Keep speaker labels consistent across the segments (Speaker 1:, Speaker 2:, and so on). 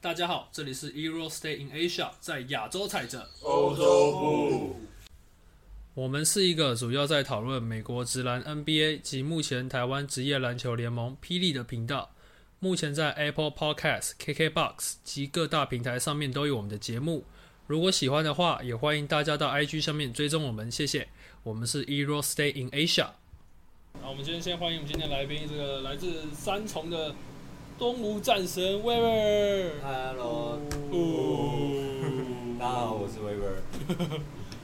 Speaker 1: 大家好，这里是 Euro Stay in Asia，在亚洲踩着。
Speaker 2: 欧洲部，
Speaker 1: 我们是一个主要在讨论美国职篮 NBA 及目前台湾职业篮球联盟霹雳的频道。目前在 Apple Podcast、KKBox 及各大平台上面都有我们的节目。如果喜欢的话，也欢迎大家到 IG 上面追踪我们，谢谢。我们是 Euro Stay in Asia。好，我们今天先欢迎我们今天的来宾，这个来自三重的东吴战神 Weber。
Speaker 3: Hello，大家 好，我是 Weber。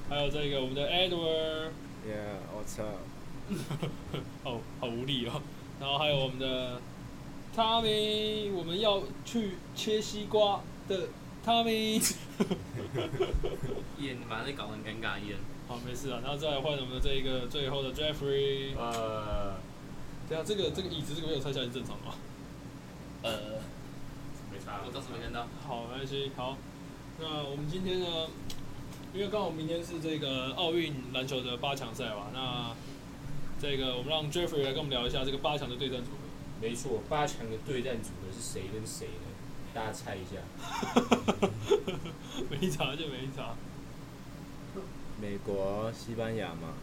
Speaker 1: 还有这个我们的 Edward，
Speaker 3: Yeah，我操，
Speaker 1: 好好无力哦。然后还有我们的 Tommy，我们要去切西瓜的 Tommy。
Speaker 4: 演，把那搞得很尴尬，演。
Speaker 1: 好，没事啊。然后再来换我们的这一个最后的 Jeffrey。
Speaker 3: 呃，
Speaker 1: 等一下这个这个椅子这个没有拆下来是正常吗？
Speaker 4: 呃，
Speaker 3: 没差
Speaker 4: 我当时没看到。
Speaker 1: 好，没关系。好，那我们今天呢，因为刚好明天是这个奥运篮球的八强赛嘛，那这个我们让 Jeffrey 来跟我们聊一下这个八强的对战组合。
Speaker 5: 没错，八强的对战组合是谁跟谁呢？大家猜一下。
Speaker 1: 没查就没查。
Speaker 3: 美国、西班牙嘛，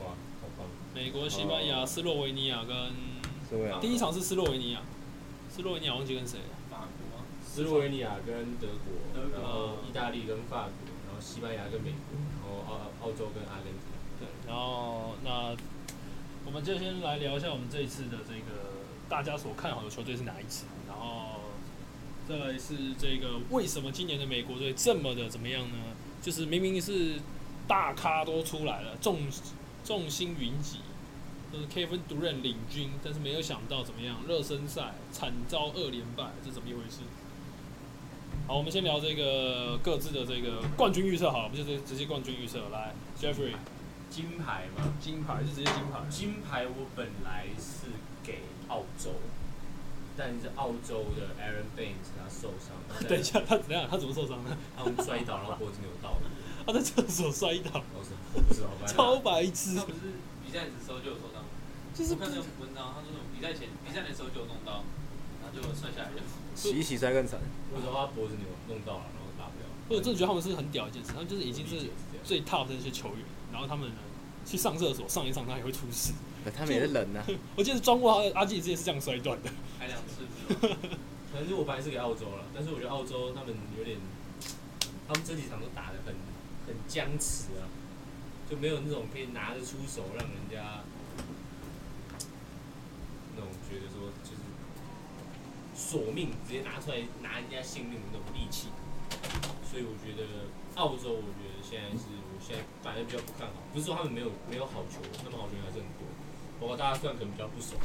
Speaker 5: 哇，好棒！
Speaker 1: 美国、西班牙、
Speaker 3: 哦
Speaker 1: 斯洛维尼亚跟
Speaker 3: 是为了
Speaker 1: 第一场是斯洛维尼亚，斯洛维尼亚忘记跟谁了。
Speaker 4: 法国、
Speaker 5: 斯洛文尼亚跟德国，
Speaker 4: 德国
Speaker 5: 然后意大利跟法国，然后西班牙跟美国，然后澳澳洲跟阿根廷。
Speaker 1: 对，然后那我们就先来聊一下我们这一次的这个大家所看好的球队是哪一支，然后再来是这个为什么今年的美国队这么的怎么样呢？就是明明是大咖都出来了，众众星云集，就是 Kevin Durant 领军，但是没有想到怎么样，热身赛惨遭二连败，这怎么一回事？好，我们先聊这个各自的这个冠军预测好了，我们就直直接冠军预测来，Jeffrey。
Speaker 5: 金牌嘛，
Speaker 1: 金牌是直接金牌。，
Speaker 5: 金牌我本来是给澳洲，但是澳洲的 Aaron Baines 他受伤
Speaker 1: 等一下，他怎样？他怎么受伤的？
Speaker 5: 但他摔倒，然后脖子扭到了，
Speaker 1: 他在厕所摔倒，
Speaker 5: 我是不知道，反正
Speaker 1: 超白痴
Speaker 4: 他。不是比赛的时候就有受伤吗，
Speaker 1: 就是
Speaker 4: 我看那文章，他说什么比赛前比赛的时候就有弄到，然后就摔下来就。
Speaker 3: 洗一洗才更惨。
Speaker 5: 我知道他脖子扭弄到了，然后打不了。
Speaker 1: 我真的觉得他们是很屌一件事，他们就是已经是最 top 的那些球员，然后他们呢去上厕所上一上，他也会出事。
Speaker 3: 哎他们也是啊人呐、
Speaker 1: 我记得庄过阿阿基里斯也是这样摔断的。
Speaker 4: 开两次不是吗
Speaker 5: 可能是我本来是给澳洲了，但是我觉得澳洲他们有点，他们这几场都打得很很僵持啊，就没有那种可以拿得出手让人家那种觉得说就是索命直接拿出来拿人家性命的那种力气。所以我觉得澳洲，我觉得现在是我现在反正比较不看好，不是说他们没有没有好球，他们好球员还是很多，包括大家虽然可能比较不熟，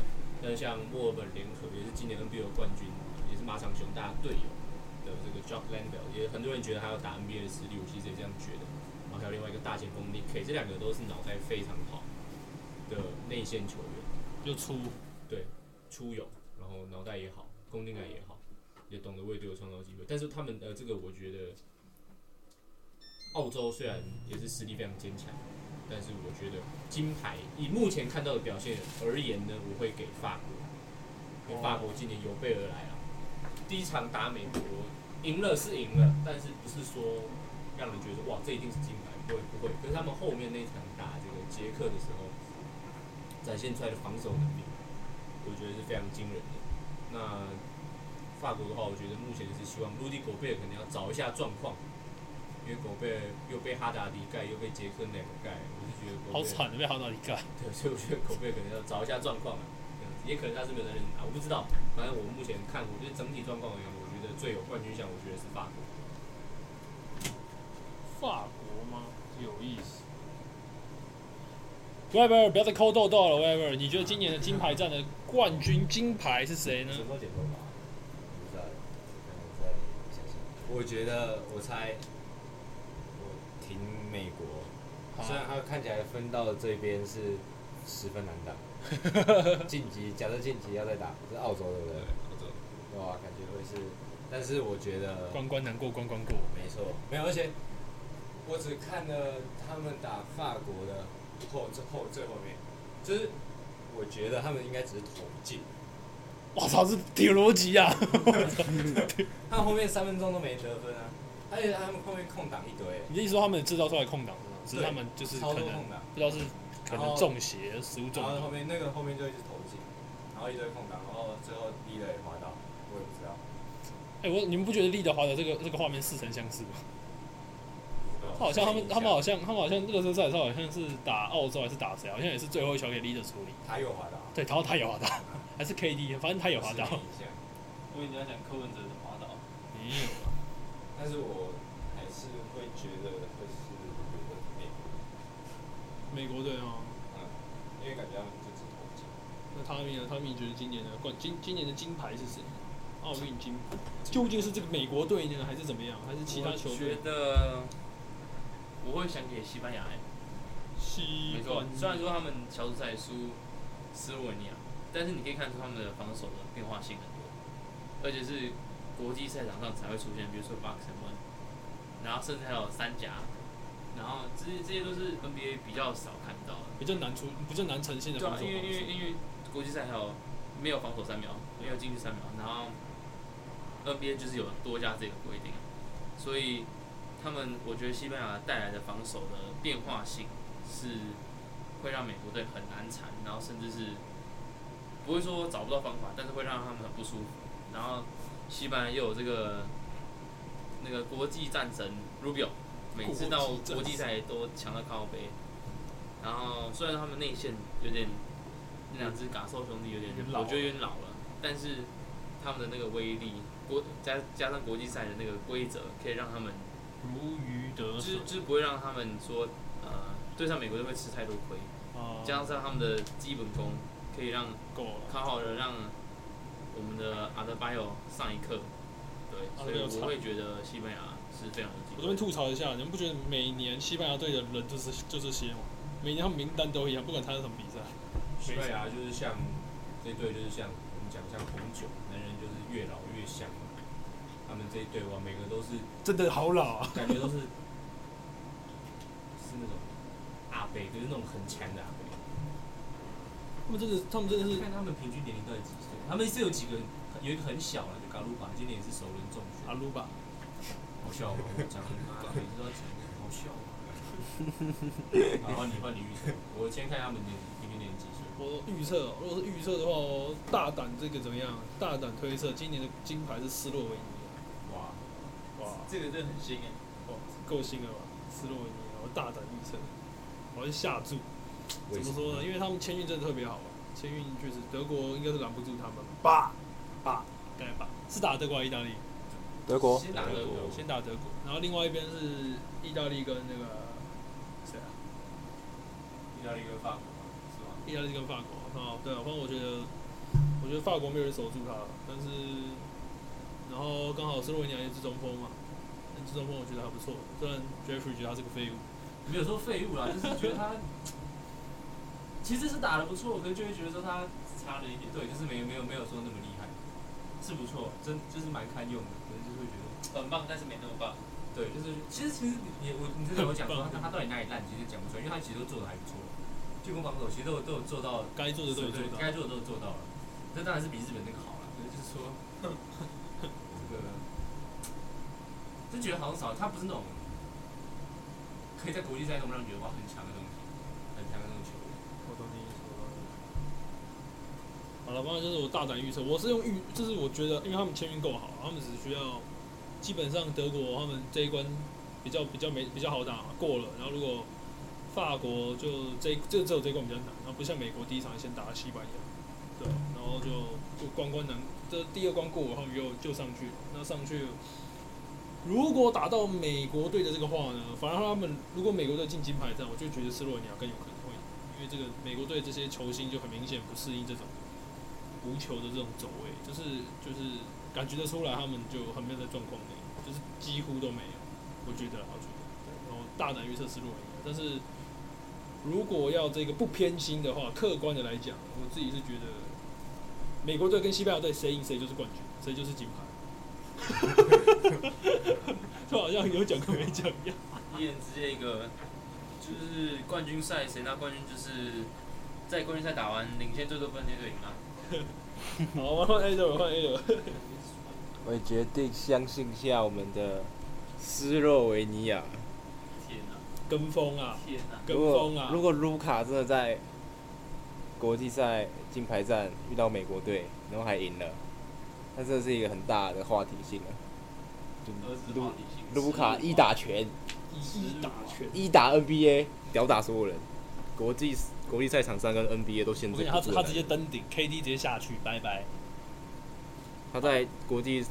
Speaker 5: 但像墨尔本联合也是今年 NBA 的冠军，也是马场熊大队友的这个 Jock Landell，也很多人觉得他要打 NBA 的实力，我其实也这样觉得。然后还有另外一个大前锋 Nick K，这两个都是脑袋非常好的内线球员，
Speaker 1: 就出，
Speaker 5: 对，出勇，然后脑袋也好，攻进来也好，也懂得为队友创造机会。但是他们呃，这个我觉得，澳洲虽然也是实力非常坚强，但是我觉得呃金牌以目前看到的表现而言呢，我会给法国，因为法国今年有备而来啊。第一场打美国，赢了是赢了，但是不是说让人觉得哇，这一定是金牌？不会不会。可是他们后面那一场打这个捷克的时候，展现出来的防守能力。我觉得是非常惊人的。那法国的话，我觉得目前是希望陆地狗贝尔可能要找一下状况，因为狗贝尔又被哈达迪盖，又被杰克两个盖，我是觉得狗贝
Speaker 1: 好
Speaker 5: 尔
Speaker 1: 惨的被哈达里干。
Speaker 5: 对，所以我觉得狗贝可能要找一下状况啊，这样子也可能他是没有在认真打，我不知道。反正我目前看，我觉得整体状况而言，我觉得最有冠军相，我觉得是法国。
Speaker 1: 法国吗？有意思。Weber，不要再抠痘痘了，Weber。你觉得今年的金牌战的冠军金牌是谁呢？
Speaker 3: 候剪头发？
Speaker 6: 不知道，可能在想想。我觉得我猜我挺美国，
Speaker 1: 好
Speaker 6: 虽然他看起来分到这边是十分难打，晋级假设晋级要再打是澳洲对不对？
Speaker 5: 澳洲
Speaker 6: 哇，感觉会是，但是我觉得
Speaker 1: 关关难过关关过。
Speaker 6: 没错，没有，而且我只看了他们打法国的后最后最后面，就是我觉得他们应该只是投进，
Speaker 1: 我操，是铁逻辑啊！
Speaker 3: 他们后面三分钟都没得分啊，而且他们后面空档一堆，
Speaker 1: 你的意思说他们制造出来空档，只是
Speaker 3: 对
Speaker 1: 他们就是
Speaker 3: 超
Speaker 1: 可
Speaker 3: 多
Speaker 1: 能
Speaker 3: 空档，
Speaker 1: 不知道是可能
Speaker 3: 然后
Speaker 1: 中邪、食物中
Speaker 3: 然后后
Speaker 1: 毒，
Speaker 3: 面那个后面就一直投进，然后一堆空档，然后最后低了也滑到，我也不知道。
Speaker 1: 哎、我你们不觉得利德华的这个这个画面似曾相识吗？他好像他们他们好像他们好像热身赛的时候好像是打澳洲还是打谁啊，好像也是最后一球给利德处理，
Speaker 3: 他又滑到，
Speaker 1: 对，然后他也滑到， 还是 KD，反正他也啊滑到
Speaker 3: 是。
Speaker 4: 我
Speaker 3: 没印象
Speaker 4: 以为你要讲柯文哲的滑倒，
Speaker 1: 没有啊
Speaker 3: 但是我还是会觉得会是觉得美国，
Speaker 1: 美国队哦，
Speaker 3: 嗯，因为感觉他们就只投进，
Speaker 1: 那汤米呢？汤米觉得今年的冠今今年的金牌是谁？奥运金牌究竟是这个美国队呢，还是怎么样？还是其他球
Speaker 4: 我
Speaker 1: 队？
Speaker 4: 觉得我会想给西班牙、欸，
Speaker 1: 西
Speaker 4: 没错，虽然说他们小组赛输斯洛文尼亚，但是你可以看出他们的防守的变化性很多，而且是国际赛场上才会出现，比如说 box and one，然后甚至还有三甲，然后这些这些都是 NBA 比较少看到的。
Speaker 1: 比较难出，比较难呈现的
Speaker 4: 对
Speaker 1: 防
Speaker 4: 啊，
Speaker 1: 守
Speaker 4: 因为因
Speaker 1: 方
Speaker 4: 为
Speaker 1: 式。
Speaker 4: 因为国际赛还有没有防守三秒，没有禁区三秒，然后 NBA 就是有多加这个规定，啊所以他们我觉得西班牙带来的防守的变化性是会让美国队很难缠，然后甚至是不会说找不到方法，但是会让他们很不舒服。然后西班牙又有这个那个国际战神 Rubio，每次到
Speaker 1: 国际战神
Speaker 4: 国际赛都强到靠背。然后虽然他们内线有点那两只嘎兽兄弟有点
Speaker 1: 有点，老了
Speaker 4: 我觉得有点老了，但是他们的那个威力，国加加上国际赛的那个规则，可以让他们
Speaker 1: 如鱼得
Speaker 4: 就
Speaker 1: 水
Speaker 4: 是就是不会让他们说呃对上美国队会吃太多亏，
Speaker 1: 啊，
Speaker 4: 加上他们的基本功，可以让
Speaker 1: 够了。
Speaker 4: 好好的让我们的阿德巴约上一课。对，
Speaker 1: 阿德巴
Speaker 4: 所
Speaker 1: 约哦
Speaker 4: 以
Speaker 1: 惨
Speaker 4: 我会觉得西班牙是非常有
Speaker 1: 我
Speaker 4: 机
Speaker 1: 这
Speaker 4: 会
Speaker 1: 边。吐槽一下，你们不觉得每年西班牙队的人就是就是些吗？每年他们名单都一样，不管参加什么比赛。
Speaker 5: 西班牙就是像这队就是像我们讲像红酒，男人就是越老越香。他们这一队哇，每个都是
Speaker 1: 真的好老啊！
Speaker 5: 感觉都是是那种阿贝，就是那种很强的阿贝。
Speaker 1: 他们真的，他们真的
Speaker 5: 就是
Speaker 1: 是
Speaker 5: 看他们平均年龄到底几岁？他们是有几个人，有一个很小的，就嘎鲁巴，今年也是首轮中
Speaker 1: 阿
Speaker 5: 选，
Speaker 1: 鲁巴，
Speaker 5: 好笑吗？我讲你妈，每次都要讲，好笑吗？然后你换你预测，我先看他们年平均年龄几岁。
Speaker 1: 我预测哦，如果是预测的话，我大胆这个怎么样？大胆推测，今年的金牌是斯洛维尼亚，
Speaker 5: 哇，
Speaker 1: 哇，
Speaker 4: 这个真的很新哎、
Speaker 1: 哇，够新了吧？斯洛维尼啊亚，我大胆预测，我是下注。怎么说呢？因为他们签运真的特别好啊，签运确实德国应该是拦不住他们吧，吧，大概吧，是打德国还是意大利？
Speaker 7: 德国
Speaker 4: 先打德国，
Speaker 1: 先打德国，然后另外一边是意大利跟那个谁啊？
Speaker 3: 意大利跟法国是吗？
Speaker 1: 意大利跟法国啊，对啊，反正我觉得，我觉得法国没有人守住他，但是，然后刚好斯洛文尼亚一支中锋嘛，那支中锋我觉得还不错，虽然 Jeffrey 觉得他是个废物，
Speaker 5: 没有说废物啦，就是觉得他其实是打的不错，可是就会觉得说他差了一点，对，就是没没有没有说那么厉害，是不错，真就是蛮堪用的，可是就是会觉得。
Speaker 4: 很棒，但是没那么棒。
Speaker 5: 对，就是其实其实你你我你这个我讲说他他到底哪里烂，其实讲不出来，因为他其实都做的还不错，进攻防守其实都有都有做到，
Speaker 1: 该做的都有做
Speaker 5: 对
Speaker 1: 到。
Speaker 5: 该做的都有做到了。这当然是比日本那个好了，可是就是说，这个就觉得好像少，他不是那种可以在国际赛中让你觉得哇很强的东西，很强的那种球员。
Speaker 1: 我懂你意思。我懂你意思好了，反正就是我大胆预测，我是用预，就是我觉得，因为他们签运够好，他们只需要基本上德国他们这一关比较比较没比较好打过了，然后如果法国就这就只有这一关比较难，然后不像美国第一场先打西班牙，对，然后就就关关难，这第二关过了，他们又就上去了，那上去如果打到美国队的这个话呢，反而他们如果美国队进金牌战，我就觉得斯洛文尼亚更有可能会赢，因为这个美国队这些球星就很明显不适应这种无球的这种走位，就是就是感觉得出来他们就很没有在状况内，就是几乎都没有，我觉得啦我觉得，对，然后大胆预测斯洛文尼亚，但是如果要这个不偏心的话，客观的来讲，我自己是觉得美国队跟西班牙队谁赢谁就是冠军，谁就是 金牌。就好像有讲跟没讲一样。
Speaker 4: 一人直接一个，就是冠啊军赛谁拿冠军就是在冠军赛打完领先最多分那就赢了。
Speaker 1: 好，我换 A 的，我换 A 的。
Speaker 3: 我决定相信下我们的斯洛维尼亚。
Speaker 4: 天哪、
Speaker 1: 跟风啊，
Speaker 4: 天哪、
Speaker 1: 跟
Speaker 3: 如果
Speaker 1: 风啊！
Speaker 3: 如果卢卡真的在国际赛金牌战遇到美国队，然后还赢了，那这是一个很大的话题性啊。
Speaker 4: 儿子的话题性
Speaker 3: 卢卡一打全，
Speaker 1: 一打拳，
Speaker 3: 一打 NBA，吊打所有人。国际国际赛场上跟 NBA 都限
Speaker 1: 我
Speaker 3: 制
Speaker 1: 跟
Speaker 3: 不
Speaker 1: 你讲，哦
Speaker 3: 住
Speaker 1: 他他
Speaker 3: 了
Speaker 1: 直接登顶，KD 直接下去，拜拜。
Speaker 3: 他在国际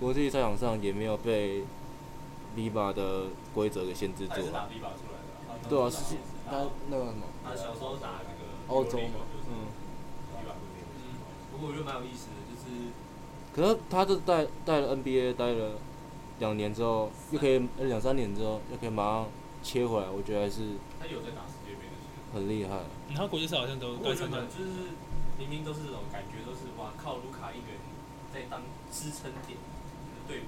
Speaker 3: 国际赛场上也没有被 LIBA 的规则给限制
Speaker 4: 他也是
Speaker 3: 住
Speaker 4: 打
Speaker 3: 啊。
Speaker 4: 比法出来的啊，
Speaker 3: 对啊，是那那个什么
Speaker 4: 他小时候打那个，
Speaker 3: 欧洲嘛，嗯。
Speaker 4: 嗯，不过我觉得蛮有意思的，就是
Speaker 3: 可是他就带带了 NBA 待了两年之后，又可以呃两三年之后，又可以马上切回来，我觉得还是
Speaker 5: 他有在打世界杯的时候。
Speaker 3: 很厉害。
Speaker 1: 嗯他国际赛好像都
Speaker 4: 不过
Speaker 1: 该
Speaker 4: 我觉
Speaker 1: 参
Speaker 4: 得
Speaker 1: 加
Speaker 4: 蛮，就是明明都是这种感觉，都是哇靠卢卡一个人在当支撑点，对，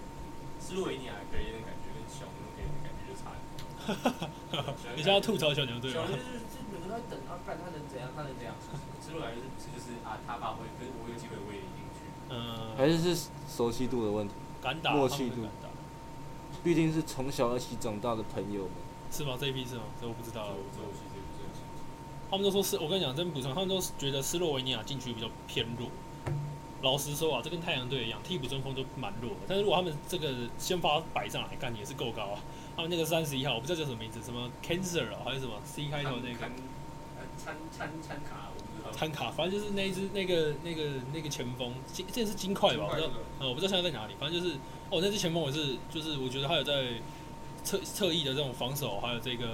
Speaker 4: 斯洛维尼亚给人的感觉跟小牛给人的感觉就差很多。
Speaker 1: 你现在要吐槽小牛队
Speaker 4: 小
Speaker 1: 吗
Speaker 4: 牛？就是这每个都在等他，不然他能怎样？他能怎样？斯洛维尼亚就是就是啊，他发挥，可是我有机会我也一定去。
Speaker 1: 嗯，
Speaker 3: 还是是熟悉度的问题，
Speaker 1: 敢打，
Speaker 3: 哎默契
Speaker 1: 他们
Speaker 3: 度
Speaker 1: 敢打，
Speaker 3: 毕竟是从小一起长大的朋友们。
Speaker 1: 是吗？这一批是吗？这我不知道了。
Speaker 5: 这我其实也不是很清楚。
Speaker 1: 他们都说是我跟你讲，真补充，他们都觉得斯洛维尼亚禁区比较偏弱。老实说啊，这跟太阳队一样，替补中锋都蛮弱的。但是如果他们这个先发摆上来干也是够高啊。他们那个三十一号，我不知道叫什么名字，什么 Cancer 啊，还是什么 C 开头那个
Speaker 4: 看，呃参参参卡，我不知道。
Speaker 1: 摊卡，反正就是那一只那个那个那个前锋，金这也是金块吧？我不知道，呃，我不知道现在在哪里。反正就是，哦，那只前锋我是就是我觉得他有在侧侧翼的这种防守，还有这个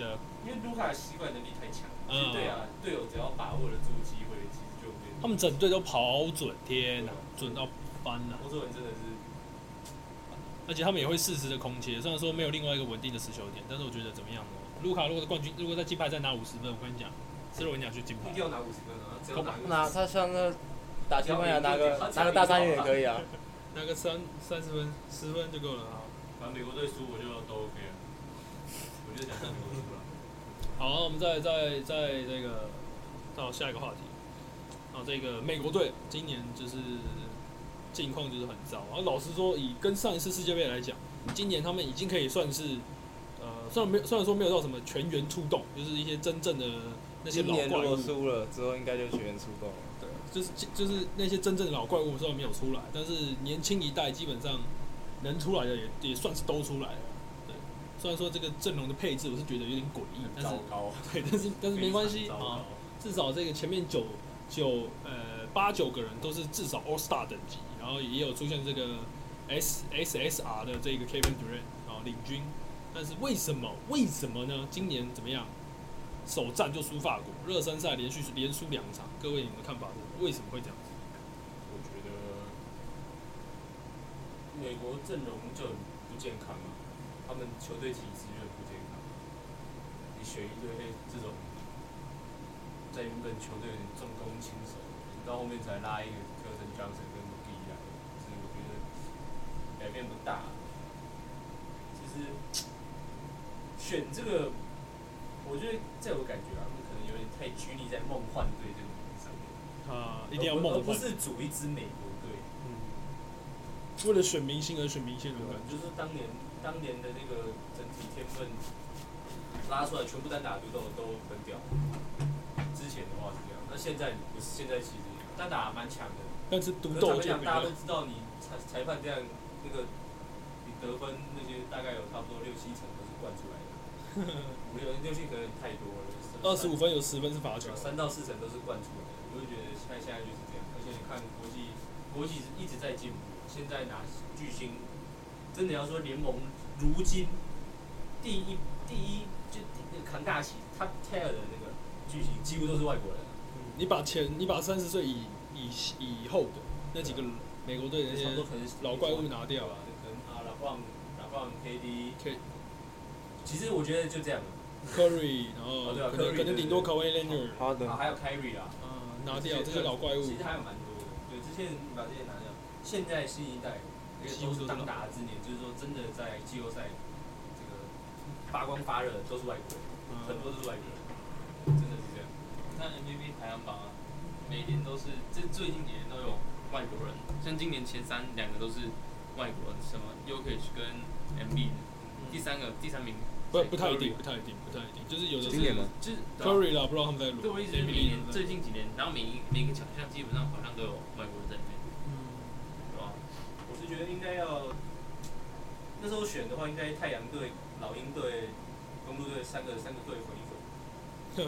Speaker 1: 呃
Speaker 4: 因为卢卡的习惯能力太强，
Speaker 1: 嗯
Speaker 4: 其实对啊，队友只要把握得住机会，其实就没有
Speaker 1: 他们整队都跑准，天呐，准到翻了、
Speaker 4: 欧洲人真的是
Speaker 1: 而且他们也会适时的空切，虽然说没有另外一个稳定的持球点，但是我觉得怎么样呢？卢卡如果是冠军，如果在金牌再拿五十分，我跟你讲，斯洛文尼亚去金
Speaker 4: 不
Speaker 1: 牌
Speaker 4: 一定。要拿五十分啊，只要拿个
Speaker 3: 那他像那打
Speaker 4: 西班牙啊拿个拿个大三元也可以啊。
Speaker 1: 拿个三三十分，十分就够了啊。
Speaker 5: 反正美国队输我就都 OK 了，我就想看美国输了。
Speaker 1: 好，那我们再再再这个到下一个话题。啊，这个美国队今年就是境况就是很糟。啊，老实说，以跟上一次世界杯来讲，今年他们已经可以算是呃，虽然没有虽然说没有到什么全员出动，就是一些真正的那些
Speaker 3: 今
Speaker 1: 老
Speaker 3: 年如
Speaker 1: 怪
Speaker 3: 果
Speaker 1: 物。
Speaker 3: 输了之后，应该就全员出动了。
Speaker 1: 对，就是就是那些真正的老怪物虽然没有出来，但是年轻一代基本上能出来的也也算是都出来了。对，虽然说这个阵容的配置我是觉得有点诡异，但是
Speaker 4: 嗯糕，
Speaker 1: 对，但是但是没关系
Speaker 4: 非常糟糕
Speaker 1: 啊，至少这个前面九九呃八九个人都是至少 All Star 等级，然后也有出现这个 S S S R 的这个 Kevin Durant 啊领军，但是为什么为什么呢？今年怎么样？首战就输法国，热身赛连续连输两场，各位你们的看法是什么为什么会这样？
Speaker 5: 我觉得美国阵容就很不健康啊，他们球队体质就很不健康。你选一堆这种在原本球队很重攻轻守，你到后面才拉一个科森 Johnson 跟不一样，所以我觉得改变不大。啊其实选这个，我觉得在我感觉啊，他们可能有点太拘泥在梦幻队这个名字上面。
Speaker 1: 啊、一定要
Speaker 5: 而
Speaker 1: 梦
Speaker 5: 呃不
Speaker 1: 幻，
Speaker 5: 是组一支美国队，
Speaker 1: 嗯为了选明星而选明星的
Speaker 5: 对吧
Speaker 1: 感？
Speaker 5: 就是当年当年的那个整体天分拉出来，全部单打独斗都分掉。之前的话是这样，那现在不是现在其实单打蛮强的，
Speaker 1: 但是独
Speaker 5: 可是
Speaker 1: 斗
Speaker 5: 坦白
Speaker 1: 就
Speaker 5: 讲
Speaker 1: 没
Speaker 5: 大家都
Speaker 1: 了。
Speaker 5: 知道你裁裁判这样那个你得分那些大概有差不多六七成都是灌出来 的，五六六七可能太多了，
Speaker 1: 二十五分有十分是罚球
Speaker 5: 对啊，三到四成都是灌出来的，我就觉得现在现在就是这样。而且你看国际，国际一直在进步，现在哪巨星真的要说联盟如今第一第一就第扛大旗 top tier 的那个巨星，几乎都是外国人啊，
Speaker 1: 你把前你把三十岁以以以后的那几个美国队的那
Speaker 5: 差不多
Speaker 1: 些
Speaker 5: 可能是
Speaker 1: 老怪物拿掉
Speaker 5: 对吧
Speaker 1: 了，？
Speaker 5: 可能啊，老棒老棒 KD，
Speaker 1: K
Speaker 5: 其实我觉得就这样了。
Speaker 1: Curry，然后
Speaker 5: 哦对啊
Speaker 1: 可能
Speaker 5: Curry，
Speaker 1: 可能顶多
Speaker 5: 对
Speaker 1: Kawhi Leonard，
Speaker 3: 哈登
Speaker 5: 啊，还有 Kyrie 啊，
Speaker 1: 嗯，拿掉这些老怪物
Speaker 5: 其，实还有蛮多的。对，这些人你把这些拿掉，现在新一代也
Speaker 1: 几乎都
Speaker 5: 都是
Speaker 1: 是
Speaker 5: 当打之年，就是说真的在季后赛这个发光发热的都是外国人，很多
Speaker 1: 嗯，
Speaker 5: 都是外国人，真的是这样。
Speaker 4: 你看 MVP 排行榜啊，每年都是，这最近几年都有外国人，像今年前三两个都是外国人，什么 u k i 跟 MB，第三个第三名
Speaker 1: 嗯不不太一定，不太一定，不太一定，就是有的
Speaker 3: 今年
Speaker 1: 是
Speaker 3: 吗
Speaker 4: 就是对啊
Speaker 1: Curry 啦，不知道他们在录。
Speaker 4: 对，
Speaker 5: 啊
Speaker 4: 我一直
Speaker 1: Embiid
Speaker 4: 每年
Speaker 1: 在
Speaker 4: 最近几年，然后每一每一个奖项基本上好像都有外国人在里面，
Speaker 1: 嗯
Speaker 4: 对吧？
Speaker 5: 我是觉得应该要那时候选的话，应该太阳队、老鹰队、公路队三个三个队混一混，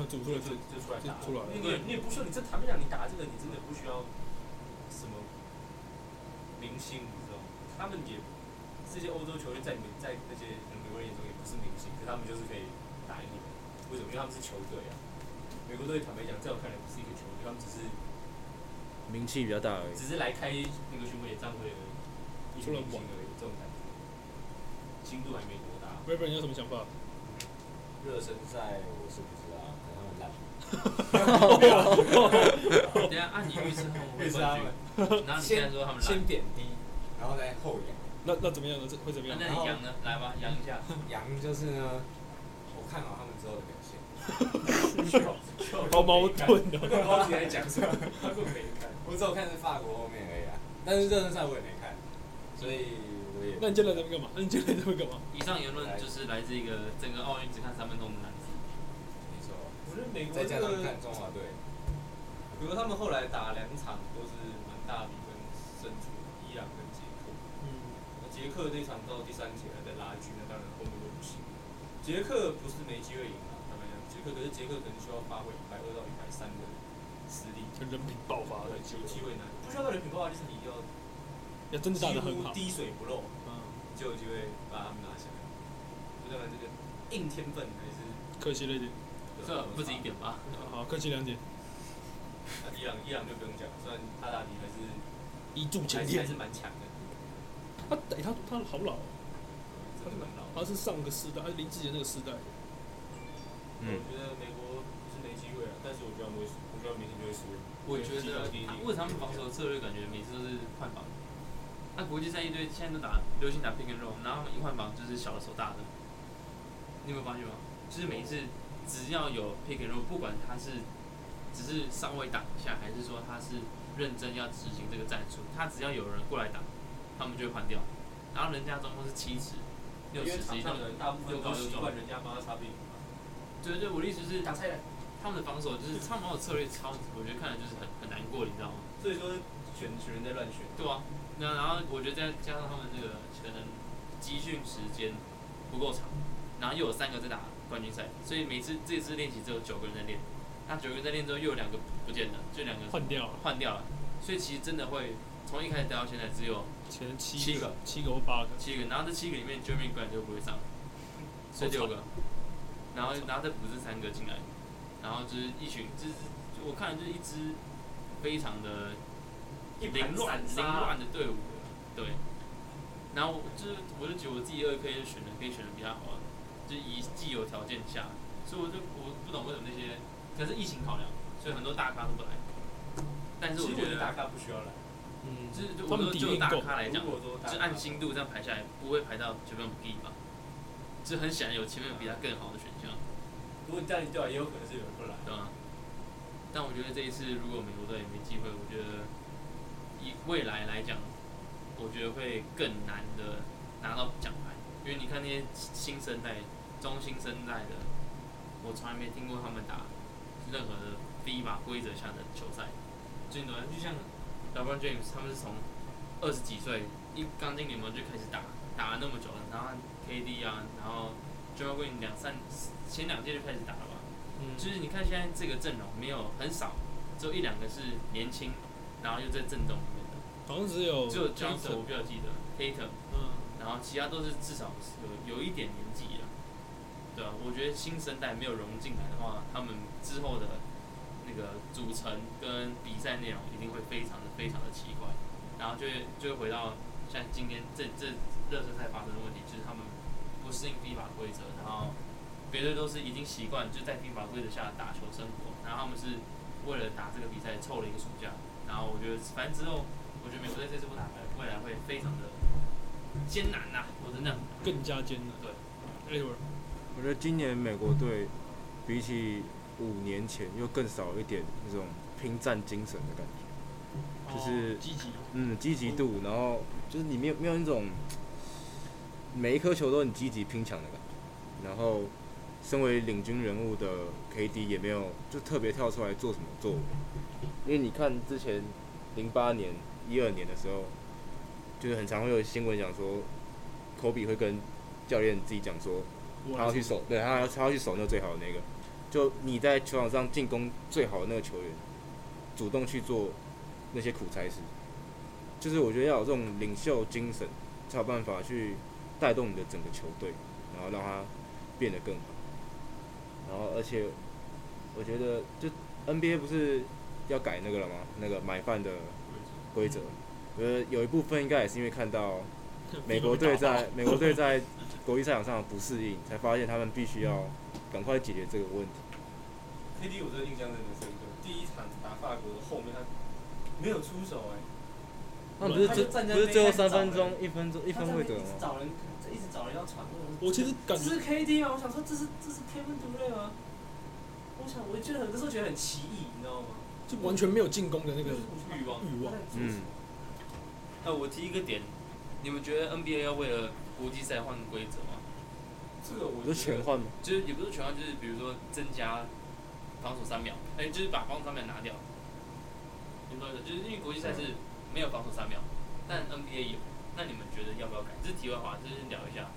Speaker 1: 组出了
Speaker 5: 就就
Speaker 1: 这
Speaker 5: 就出来打了。
Speaker 1: 就出来了
Speaker 5: 因为你也你也不需要，你这谈不讲，你打这个你真的不需要什么明星，你知道吗？他们也这些欧洲球员在你们在那些美国人眼中也不是明星，可他们就是可以打赢你们。为什么？因为他们是球队啊。美国队坦白讲，在我看来不是一个球队，他们只是
Speaker 3: 名气比较大而已。
Speaker 5: 只是来开那个巡回演唱会而已，一群明星而已，这种感觉，精度还没多大。
Speaker 1: Weber，你有什么想法？
Speaker 6: 热身赛我是不知道，可能他们烂。
Speaker 4: 等一下按你预测他们会冠
Speaker 6: 啊
Speaker 4: 军，然后你现在说他们来
Speaker 6: 先，点低，然后再后仰。
Speaker 1: 那那怎么样呢？这会怎么样？
Speaker 4: 那那你扬呢？来吧，扬一下。
Speaker 6: 羊就是呢，我看好他们之后的表 现。
Speaker 1: 好矛盾哦。
Speaker 6: 我自己在讲什么？ 我只有看是法国后面而已啊，但是热身赛我也没看，所以我也
Speaker 1: 那你今天来这边干嘛？那你今天来这边干嘛？
Speaker 4: 以上言论就是来自一个整个奥运只看三分钟的男子。
Speaker 6: 没错，
Speaker 5: 我觉得美国
Speaker 6: 再
Speaker 5: 这
Speaker 6: 加上
Speaker 5: 个
Speaker 6: 看，中华队，
Speaker 5: 比如他们后来打两场都是蛮大比分胜出伊朗跟捷克。
Speaker 1: 嗯，
Speaker 5: 那捷克那场到第三节还在拉锯，那当然后面就不行了。捷克不是没机会赢啊，坦白讲，捷克可是捷克可能需要发挥一百二到一百三的实力，
Speaker 1: 人品爆发
Speaker 5: 对
Speaker 1: 的，，
Speaker 5: 有机会拿。不需要到人品爆发，就是你要
Speaker 1: 也真的打得很好。
Speaker 5: 几乎滴水不漏。
Speaker 1: 嗯，
Speaker 5: 就有机会把他们拿下来。不啊当然，这个硬天分还是
Speaker 1: 可惜了一点。
Speaker 4: 这啊不止一，点吧？
Speaker 1: 好，可惜两点。
Speaker 5: 那伊朗伊朗就不用讲，虽然阿达尼还是
Speaker 1: 一柱
Speaker 5: 还
Speaker 1: 擎
Speaker 5: 是还
Speaker 1: 天
Speaker 5: 是。蛮强的，
Speaker 1: 他哎，他他好老哦，
Speaker 5: 真的蛮老的。
Speaker 1: 他是上个世代，他是林志杰那个世代。
Speaker 3: 嗯
Speaker 5: 我觉得美国是没机会了，但是我觉得他们会输，我觉得明天就会输。
Speaker 4: 我觉
Speaker 5: 基本
Speaker 4: 得
Speaker 5: 上第一
Speaker 4: 他
Speaker 5: 名
Speaker 4: 为什么他们防守策略感觉每次都是换防？那国际赛一堆现在都打流行打 pick and roll，然后他们一换防就是小的手大的。你有没有发现吗？就是每一次只要有 pick and roll，不管他是只是稍微挡一下，还是说他是认真要执行这个战术，他只要有人过来打，他们就会换掉。然后人家中锋是七尺、
Speaker 5: 因
Speaker 4: 六
Speaker 5: 为
Speaker 4: 尺之
Speaker 5: 场
Speaker 4: 一，他
Speaker 5: 上
Speaker 4: 们
Speaker 5: 的人大部分都习惯人家帮他擦屁股嘛，
Speaker 4: 对对，我的意思是，
Speaker 5: 打菜篮。
Speaker 4: 他们的防守就是他们防守策略超，我觉得看了就是很很难过，你知道吗？
Speaker 5: 所以说选球员在乱选，
Speaker 4: 对啊，那然后我觉得再加上他们这个可能集训时间不够长，然后又有三个在打冠军赛，所以每次这次练习只有九个人在练，那九个人在练之后又有两个不见了，就两个
Speaker 1: 换掉了，
Speaker 4: 换掉了，所以其实真的会从一开始打到现在只有
Speaker 1: 前七
Speaker 4: 七个
Speaker 1: 七个或八个。
Speaker 4: 七个，然后这七个里面 Jeremy Grant 就不会上，所以六个，然后然后再补这三个进来，然后就是一群，就是我看就是一支非常的
Speaker 5: 一
Speaker 4: 凌
Speaker 5: 盘
Speaker 4: 乱
Speaker 5: 散
Speaker 4: 凌
Speaker 5: 沙。
Speaker 4: 乱的队伍，对。然后就是我就觉得我自己二 K 选的可以选的比他好啊，就以既有条件下，所以我就我不懂为什么那些，可能是疫情考量，所以很多大咖都不来。但是
Speaker 5: 其
Speaker 4: 我
Speaker 5: 实我
Speaker 4: 觉
Speaker 5: 觉得大
Speaker 4: 得，
Speaker 5: 咖不需要来，
Speaker 1: 嗯，
Speaker 4: 就是就
Speaker 1: 他
Speaker 4: 我
Speaker 1: 们
Speaker 4: 说
Speaker 1: 底
Speaker 4: 就
Speaker 1: 蕴
Speaker 4: 大
Speaker 1: 够
Speaker 4: 咖来讲
Speaker 5: 如，果说大咖
Speaker 4: 就按新度这样排下来，不会排到九分五 B 吧？就很显然有前面有比他更好的选项，
Speaker 5: 如果你这样对啊，也有可能是有人会来。
Speaker 4: 对吧？但我觉得这一次如果美国队没机会，我觉得以未来来讲，我觉得会更难的拿到奖牌，因为你看那些新生代、中新生代的，我从来没听过他们打任何的 f 把规则下的球赛，最短就像 LeBron James 他们是从二十几岁一刚进联盟就开始打，打了那么久了，然后 KD 啊，然后 j o e l Green 两三前两届就开始打了吧，就是你看现在这个阵容没有很少，只有一两个是年轻，然后又在阵中里面的，
Speaker 1: 好像只有
Speaker 4: 只有 Johnson 我
Speaker 1: Johnson，
Speaker 4: 比较记得 Tatum，
Speaker 1: 嗯，
Speaker 4: 然后其他都是至少有有一点年纪了，对啊，我觉得新生代没有融进来的话，他们之后的那个组成跟比赛内容一定会非常的非常的奇怪，然后就会就会回到像今天这这热身赛发生的问题，就是他们不适应 FIFA 规则，然后别的都是已经习惯就在 FIFA 规则下打球生活，然后他们是为了打这个比赛凑了一个暑假，然后我觉得反正之后，我觉得美国队这次不打败，未来会非常的艰难呐、我真的
Speaker 1: 更加艰难。
Speaker 4: 对
Speaker 1: 对，Edward，
Speaker 3: 我觉得今年美国队比起五年前又更少一点那种拼战精神的感觉，就是
Speaker 1: 哦积极，
Speaker 3: 嗯，积极度，然后就是你没有没有那种每一颗球都很积极拼抢的感觉，然后身为领军人物的 KD 也没有就特别跳出来做什么作为，因为你看之前零八年、一二年的时候，就是很常会有新闻讲说，科比会跟教练自己讲说，
Speaker 1: 我
Speaker 3: 他
Speaker 1: 来
Speaker 3: 要
Speaker 1: 说
Speaker 3: 去守，对他要他要去守那个最好的那个。就你在球场上进攻最好的那个球员，主动去做那些苦差事，就是我觉得要有这种领袖精神，才有办法去带动你的整个球队，然后让它变得更好。然后而且我觉得就 NBA 不是要改那个了吗？那个买饭的规则，我觉得有一部分应该也是因为看到美国队在美国队在国际赛场上的不适应，才发现他们必须要赶快解决这个问题。
Speaker 5: KD 我真的印象真的深刻，第一场打法国的后面他没有出手哎、
Speaker 3: 那
Speaker 1: 那
Speaker 3: 不
Speaker 1: 不
Speaker 3: 是
Speaker 1: 是
Speaker 3: 最
Speaker 5: 最
Speaker 3: 不是最后三分钟一分钟一
Speaker 5: 他在
Speaker 3: 分
Speaker 5: 那
Speaker 3: 未
Speaker 5: 边
Speaker 3: 得
Speaker 5: 一直
Speaker 3: 吗？
Speaker 5: 找人，一直找人要传。
Speaker 1: 我其实感
Speaker 5: 这
Speaker 1: 觉
Speaker 5: 是 KD 吗？我想说这是这是 Kevin Durant 吗？我想我觉得很那时候觉得很奇异，你知道吗？
Speaker 1: 就完全没有进攻的那个
Speaker 5: 欲望
Speaker 1: 欲望，
Speaker 3: 嗯，
Speaker 4: 呃，我提一个点，你们觉得 NBA 要为了国际赛换规则吗？
Speaker 5: 这个我
Speaker 3: 不是全换吗？
Speaker 4: 就是也不是全换，就是比如说增加防守三秒，哎、就是把防守三秒拿掉。你们说就是因为国际赛是没有防守三秒，但 NBA 有，那你们觉得要不要改？这是题外话，就是聊一下，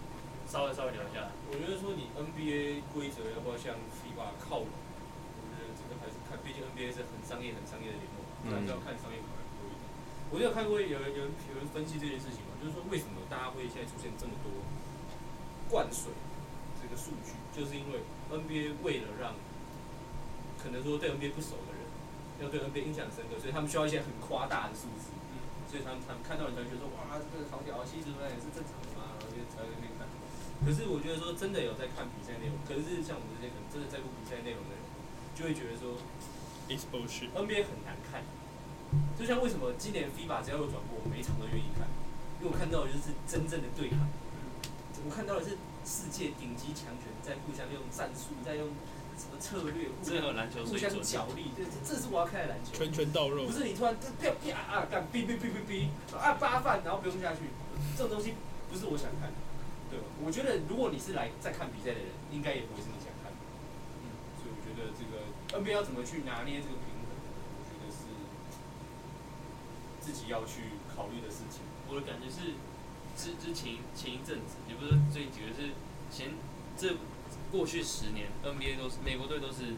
Speaker 4: 稍微稍微聊一下。
Speaker 5: 我觉得说你 NBA 规则要不要向 FIBA 靠拢？我觉得这个还是看，毕竟 NBA 是很商业、很商业的联盟，
Speaker 3: 嗯
Speaker 5: 还是要看商业考量多一点。我就有看过有人有人有人分析这件事情嘛，就是说为什么大家会现在出现这么多灌水这个数据，就是因为 NBA 为了让可能说对 NBA 不熟的人要对 NBA 印象深刻，所以他们需要一些很夸大的数字。所以他们他们看到人才会觉得说哇，这个好屌，七十分也是正常的嘛，然后就才会那边看。可是我觉得说真的有在看比赛内容，可是像我们这些可能真的在乎比赛内容的人，就会觉得说
Speaker 1: exposure
Speaker 5: NBA 很难看。就像为什么今年 FIBA 只要有转播，我每一场都愿意看，因为我看到的就是真正的对抗，我看到的是世界顶级强权在互相用战术，在用什么策略，互
Speaker 4: 这
Speaker 5: 相
Speaker 4: 和篮球
Speaker 5: 互
Speaker 4: 水
Speaker 5: 相
Speaker 4: 准，
Speaker 5: 角力，对，这这是我要看的篮球。
Speaker 1: 拳拳到肉
Speaker 5: 不，是你突然就啪啪啊干哔哔哔哔哔啊扒饭，然后不用下去，这种东西不是我想看的。对，我觉得如果你是来在看比赛的人，应该也不会是你想看的。嗯，所以我觉得这个 NBA 要怎么去拿捏这个平衡，我觉得是自己要去考虑的事情。
Speaker 4: 我的感觉是，之之前前一阵子，也不是最近几个月，是前这过去十年 NBA 都是美国队都是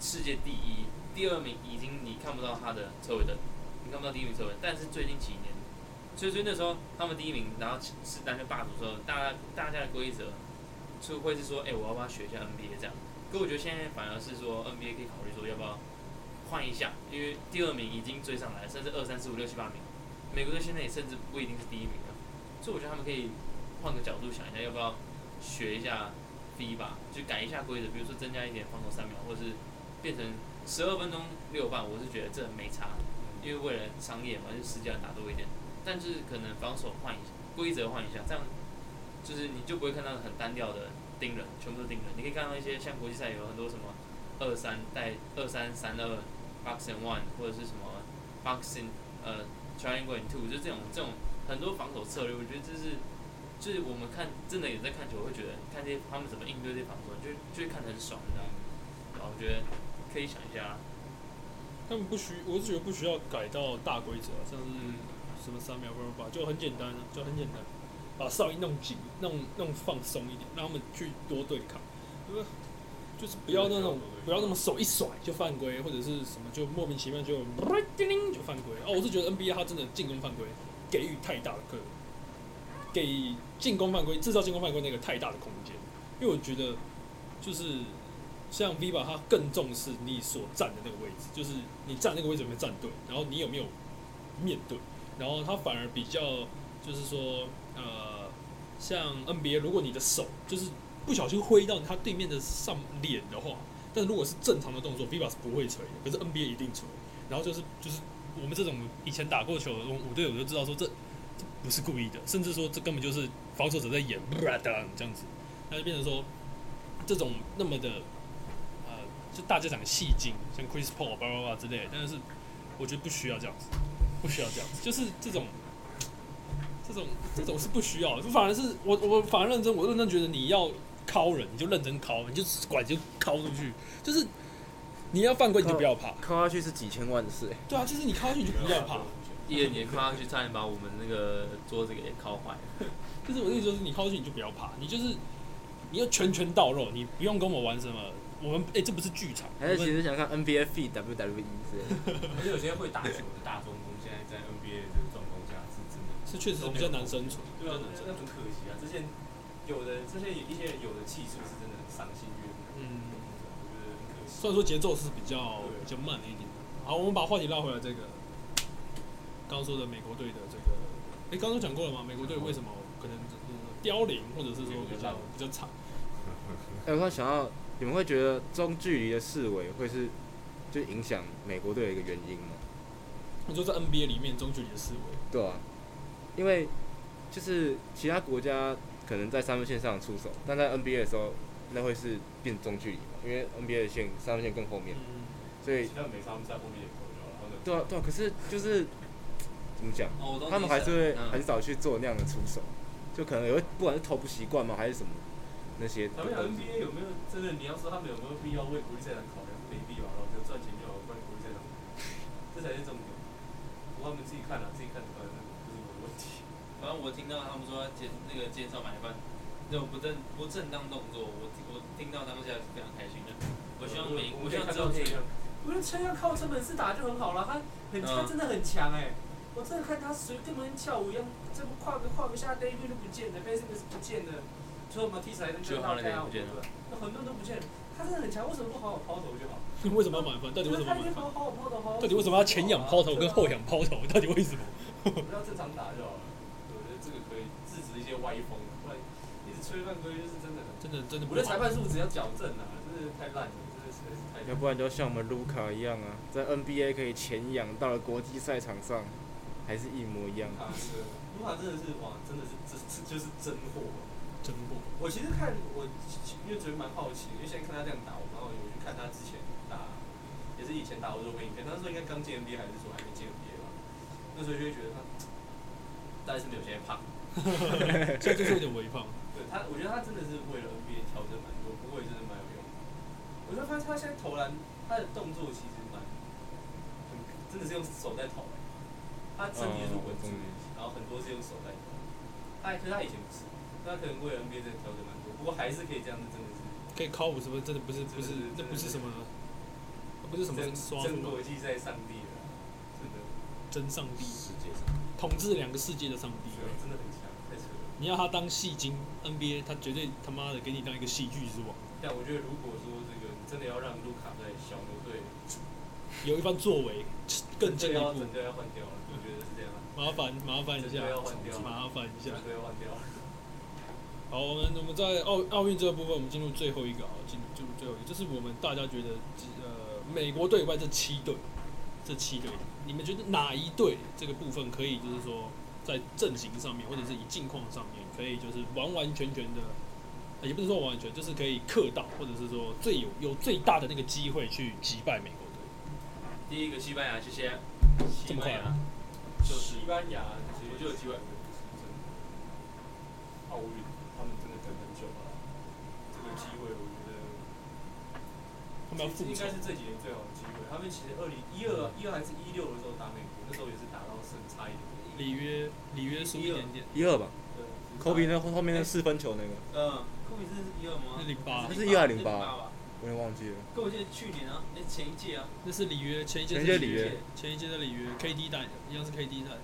Speaker 4: 世界第一，第二名已经你看不到他的车尾灯，你看不到第一名车尾灯。但是最近几年，所以所以那时候他们第一名，然后是篮球霸主之后，大家大家的规则就会是说，哎、我要不要学一下 NBA 这样？可我觉得现在反而是说 NBA 可以考虑说要不要换一下，因为第二名已经追上来，甚至二三四五六七八名。美国队现在也甚至不一定是第一名了，所以我觉得他们可以换个角度想一下，要不要学一下 B 吧，就改一下规则，比如说增加一点防守三秒，或是变成十二分钟六半，我是觉得这没差，因为为了商业嘛，就时间要打多一点，但是可能防守换一下，规则换一下，这样就是你就不会看到很单调的盯人，全部都盯人，你可以看到一些像国际赛有很多什么二三带二三三二 box and one 或者是什么 box and 呃 triangle and two，就是这种这种很多防守策略，我觉得这是就是我们看真的也在看球，会觉得看这些他们怎么应对这些防守，就就会看得很爽，你知道吗？然后我觉得可以想一下，
Speaker 1: 他们不需，我是觉得不需要改到大规则，像
Speaker 4: 嗯
Speaker 1: 是什么三秒八八八，就很简单啊，就很简单，把哨音弄紧，弄弄放松一点，让他们去多对抗，就是就是不要那种不要那么手一甩就犯规，或者是什么就莫名其妙就嗯叮铃就犯规。哦，我是觉得 NBA 它真的进攻犯规给予太大的个，给进攻犯规制造进攻犯规那个太大的空间，因为我觉得就是像 V 吧，它更重视你所站的那个位置，就是你站那个位置有没有站对，然后你有没有面对，然后它反而比较就是说，呃，像 NBA，如果你的手就是不小心挥到他对面的上脸的话，但如果是正常的动作，V 吧是不会吹的，可是 NBA 一定吹。然后就是就是我们这种以前打过球的五队友就知道说这这不是故意的，甚至说这根本就是防守者在演这样子，那就变成说这种那么的呃就大家讲的戏精，像 Chris Paul、巴拉巴拉之类的，但是我觉得不需要这样子，不需要这样子，就是这种。这种这种是不需要的，反而是我我反而认真，我认真觉得你要敲人，你就认真敲，你就管就敲出去，就是你要犯规你就不要怕，
Speaker 3: 靠哦下去是几千万的事、欸，
Speaker 1: 对啊，就是你敲下去你就不要怕，
Speaker 4: 第二年跨上去差点把我们那个桌子给敲坏了。
Speaker 1: 就是我的意思就是你靠近你就不要怕，你就是你要拳拳到肉，你不用跟我玩什么，我们哎、这不是剧场，
Speaker 3: 还是
Speaker 1: 我
Speaker 3: 其
Speaker 1: 们
Speaker 3: 实想看 NBA feed WWE E 之类的，
Speaker 5: 而且有些会打球的大中锋，现在在 NBA 的这个状况下是真的，
Speaker 1: 是确实比较难生存，比
Speaker 5: 对
Speaker 1: 较
Speaker 5: 啊，
Speaker 1: 难
Speaker 5: 那
Speaker 1: 生
Speaker 5: 那
Speaker 1: 存，
Speaker 5: 很可惜啊。这些有的这些一些人有的技术是真的很赏心悦目，
Speaker 1: 嗯。
Speaker 5: 我觉得很可惜。
Speaker 1: 虽然说节奏是比较
Speaker 5: 对
Speaker 1: 比较慢了一点。好，我们把话题拉回来，这个刚刚说的美国队的这个，哎、刚刚讲过了吗？美国队为什么可能呃凋零，或者是说比较比较惨？
Speaker 3: 哎、我突然想到，你们会觉得中距离的四维会是就影响美国队的一个原因吗？
Speaker 1: 你说在 NBA 里面中距离的思维，
Speaker 3: 对啊，因为就是其他国家可能在三分线上出手，但在 NBA 的时候，那会是变中距离嘛，因为 NBA 的线三分线更后面，
Speaker 1: 嗯，
Speaker 3: 所以
Speaker 5: 其他美商在后面也投掉了，然后呢，
Speaker 3: 对啊对啊，可是就是怎么讲，
Speaker 4: 哦，我懂你意思
Speaker 3: 他们还是会
Speaker 4: 嗯
Speaker 3: 很少去做那样的出手，就可能有不管是投不习惯嘛，还是什么那些
Speaker 5: 咱们
Speaker 3: 的
Speaker 5: 讲
Speaker 3: 东西。
Speaker 5: NBA 有没有真的？你要说他们有没有必要为国际赛场考量？没必要，然后就赚钱就好，关国际赛场，这才是重点。不过他们自己看啊，自己看出来的，不是我的问题。
Speaker 4: 反正我听到他们说减那个减少买办那种不正不正当动作，我我听到当下是非常开心的。我希望每
Speaker 5: 我们
Speaker 4: 我
Speaker 5: 可以
Speaker 4: 希望
Speaker 5: 看
Speaker 4: 之
Speaker 5: 到
Speaker 4: 后可以
Speaker 5: 这样，我觉得陈要靠成本是打就很好了，他很他
Speaker 4: 嗯
Speaker 5: 真的很强哎、我真的看他随跟跟跳舞一样，这不跨个跨个下 d a v i 就不见了 b a s i 是不见了，除了 Matisse 还在
Speaker 4: 只有
Speaker 5: 跟他
Speaker 4: 哈雷
Speaker 5: 开啊，
Speaker 4: 不见了
Speaker 5: 那很多人都不见了，他真的很强，为什么不好好抛投就好？
Speaker 1: 为什么要买分？到底为什么要
Speaker 5: 他
Speaker 1: 买
Speaker 5: 应该
Speaker 1: 分？
Speaker 5: 好好抛投，好好
Speaker 1: 到底为什么要前仰抛投跟后仰抛投？ 到底为什么？
Speaker 5: 啊不要正常打就好了。我觉得这个可以制止一些歪风，不然一直吹犯规就是真的很。
Speaker 1: 真的真的不
Speaker 5: 我
Speaker 1: 好
Speaker 5: 的裁判素质要矫正啊，真的太烂了，真的实在是太烂。
Speaker 3: 要不然就像我们卢卡一样啊，在 NBA 可以前仰到了国际赛场上，还是一模一样。
Speaker 5: 卡是，卢卡真的是哇，真的是这这就是真货。
Speaker 1: 真不
Speaker 5: 我其实看我，因为昨天蛮好奇，因为现在看他这样打，我蛮好奇，我去看他之前打，也是以前打欧洲杯影片，那时候应该刚进 NBA 还是说还没进 NBA 吧？那时候就会觉得他，但是没有现在胖。
Speaker 1: 现在就是有点微胖，
Speaker 5: 对他，我觉得他真的是为了 NBA 调整蛮多，不过也真的蛮有用的。我就发现他现在投篮，他的动作其实蛮，很真的是用手在投、欸，他身体
Speaker 3: 哦
Speaker 5: 是稳住的，然后很多是用手在投。他可是他以前不是，那可能为了 NBA 真的调整蛮多，不过还是可以这样子，真的是
Speaker 1: 可以靠五十分，真的不是不是那不是什么，不是什么
Speaker 5: 真
Speaker 1: 刷什
Speaker 5: 真
Speaker 1: 么
Speaker 5: 国际赛上帝了啊，真的，
Speaker 1: 真上帝，
Speaker 6: 世界上
Speaker 1: 统治两个世界的上帝。
Speaker 5: 对，啊真的很强，太扯了。
Speaker 1: 你要他当戏精 NBA，他绝对他妈的给你当一个戏剧之王，
Speaker 5: 但我觉得如果说这个真的要让卢卡在小牛队
Speaker 1: 有一番作为更进一
Speaker 5: 要
Speaker 1: 步
Speaker 5: 整。队要换掉了，我觉得是这样啊，
Speaker 1: 麻烦麻烦一
Speaker 5: 整队
Speaker 1: 下
Speaker 5: 要，换掉了。
Speaker 1: 麻烦一下
Speaker 5: 对，。都要忘掉了。
Speaker 1: 好，我们我们在奥奥运这个部分，我们进入最后一个啊，进入进入最后一个，就是我们大家觉得呃美国队以外这七队，这七队，你们觉得哪一队这个部分可以就是说在阵型上面，或者是以近况上面，可以就是完完全全的，呃也不是说完完全，就是可以克到，或者是说最有有最大的那个机会去击败美国队。
Speaker 4: 第一个啊西班牙，谢谢。
Speaker 1: 这
Speaker 4: 西
Speaker 1: 么快
Speaker 4: 班
Speaker 1: 啊
Speaker 4: 牙，
Speaker 5: 就是西班牙，
Speaker 4: 我就有机会。
Speaker 5: 奥运，他们真的等很久了，啊这个机会我觉得
Speaker 1: 他们要复
Speaker 5: 应
Speaker 1: 仇
Speaker 5: 该，是这几年最好的机会。他们其实二零一二、啊一二还是一六的时候打美国，那时候也是打到剩差一点点。
Speaker 1: 里约里约输一点点，
Speaker 3: 一二吧，
Speaker 5: 对，
Speaker 3: 科比那后面那四分球那个，
Speaker 4: 嗯，科比是一二吗
Speaker 1: 是？零八
Speaker 3: 啊那，是一二零
Speaker 4: 零
Speaker 3: 八，
Speaker 4: 吧？
Speaker 3: 我有点忘记了。
Speaker 4: 跟我记得去年啊，哎前一届啊，
Speaker 1: 那是里约前一届
Speaker 3: 前一
Speaker 1: 是
Speaker 3: 届里约，
Speaker 1: 前一届的里约 KD 带的，一样是 KD 带的，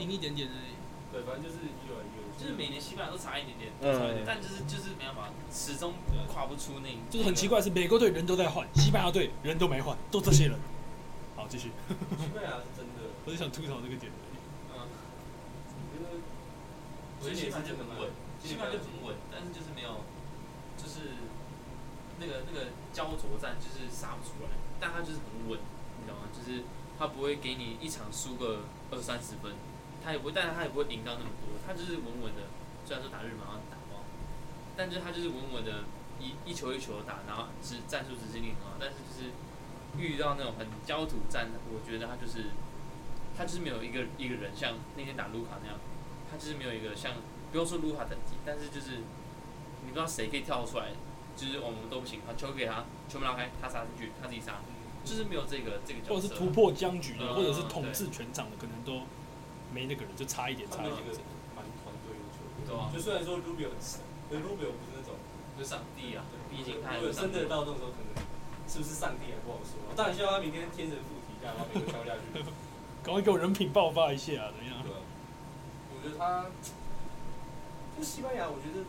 Speaker 1: 赢一点点而已。
Speaker 5: 对，反正就是一二一二，
Speaker 4: 就是每年西班牙都差一点点，
Speaker 3: 嗯，
Speaker 4: 但就是就是没办法，始终跨不出那，
Speaker 1: 就是很奇。怪，是美国队人都在换，西班牙队人都没换，都这些人。好，继续，
Speaker 5: 西班牙
Speaker 4: 啊
Speaker 5: 是真的，
Speaker 1: 我只想吐槽这个点而已。
Speaker 4: 嗯，
Speaker 5: 我觉得
Speaker 4: 我觉得西班牙就很稳，西
Speaker 5: 今
Speaker 4: 班牙
Speaker 5: 年
Speaker 4: 就很稳，但是就是没有，就是那个那个焦灼战就是杀不出来，但他就是很稳，你懂吗？就是他不会给你一场输个二三十分，他也不会，但是他也不会赢到那么多，他就是稳稳的，虽然说打日本好像打爆，但就是他就是稳稳的一一球一球地打，然后执战术执行力很好，但是就是遇到那种很焦土战，我觉得他就是他就是没有一个一个人像那天打卢卡那样，他就是没有一个像不用说卢卡等级，但是就是你不知道谁可以跳出来，就是我们都不行，把球给他，球门拉开，他杀进去，他自己杀，就是没有这个这个
Speaker 1: 或者
Speaker 4: 角
Speaker 1: 是
Speaker 4: 色。
Speaker 1: 突破僵局的，
Speaker 4: 嗯
Speaker 1: 或者是统治全场的，可能都没那个人，就差一点，
Speaker 5: 他
Speaker 1: 差一
Speaker 5: 们
Speaker 1: 点
Speaker 5: 哦几。个蛮团队的球员。
Speaker 4: 对啊
Speaker 5: 就虽然说 Rubio 很神，可是 Rubio 不是那种，
Speaker 4: 就上帝啊，毕竟他也
Speaker 5: 如果
Speaker 4: 是上
Speaker 5: 真
Speaker 4: 帝
Speaker 5: 的到那种时候，可能是不是上帝还不好说。啊当然希望他明天天神附体一下，把美国敲下去。
Speaker 1: 赶快给我人品爆发一下，怎么样？
Speaker 5: 对啊，我觉得他，就西班牙，我觉得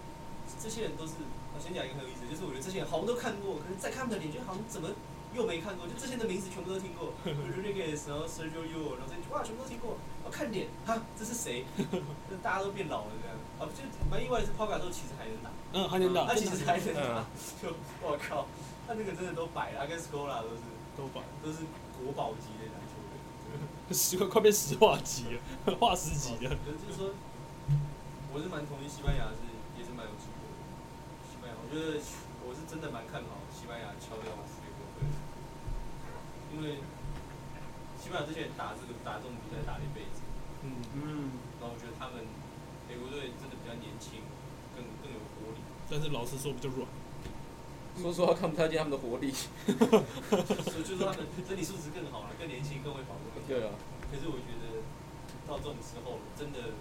Speaker 5: 这些人都是，我先讲一个很有意思，就是我觉得这些人好像都看过，可是再看他们的脸，就好像怎么又没看过，就这些人的名字全部都听过 ，Rodriguez，然后 Sergio Yo，然后这些哇，全部都听过，然后看脸，哈，这是 谁？就大家都变老了这样，啊，就蛮意外的是 p o g a 都其实还能打，
Speaker 1: 嗯，还能打，
Speaker 5: 他
Speaker 1: 真
Speaker 5: 其
Speaker 1: 的嗯
Speaker 5: 实还能打，就我靠，他那个真的都摆了，他跟 Scola 都是
Speaker 1: 都把
Speaker 5: 都是国宝级的篮球员。
Speaker 1: 石快变石化级了， 化石级了。
Speaker 5: 可是就是说，我是蛮同意西班牙是也是蛮有机会的。西班牙，我觉得我是真的蛮看好西班牙敲掉斯美国队的，因为西班牙之前打这个打这种比赛打了一辈子，
Speaker 1: 嗯，
Speaker 5: 嗯，然后我觉得他们美国队真的比较年轻，更更有活力。
Speaker 1: 但是老实说比较软，
Speaker 3: 说实话，看不太见他们的活力。
Speaker 5: 所以就是他们身体素质更好了，更年轻，更会跑步。
Speaker 3: 对啊，
Speaker 5: 可是我觉得到这种时候，真的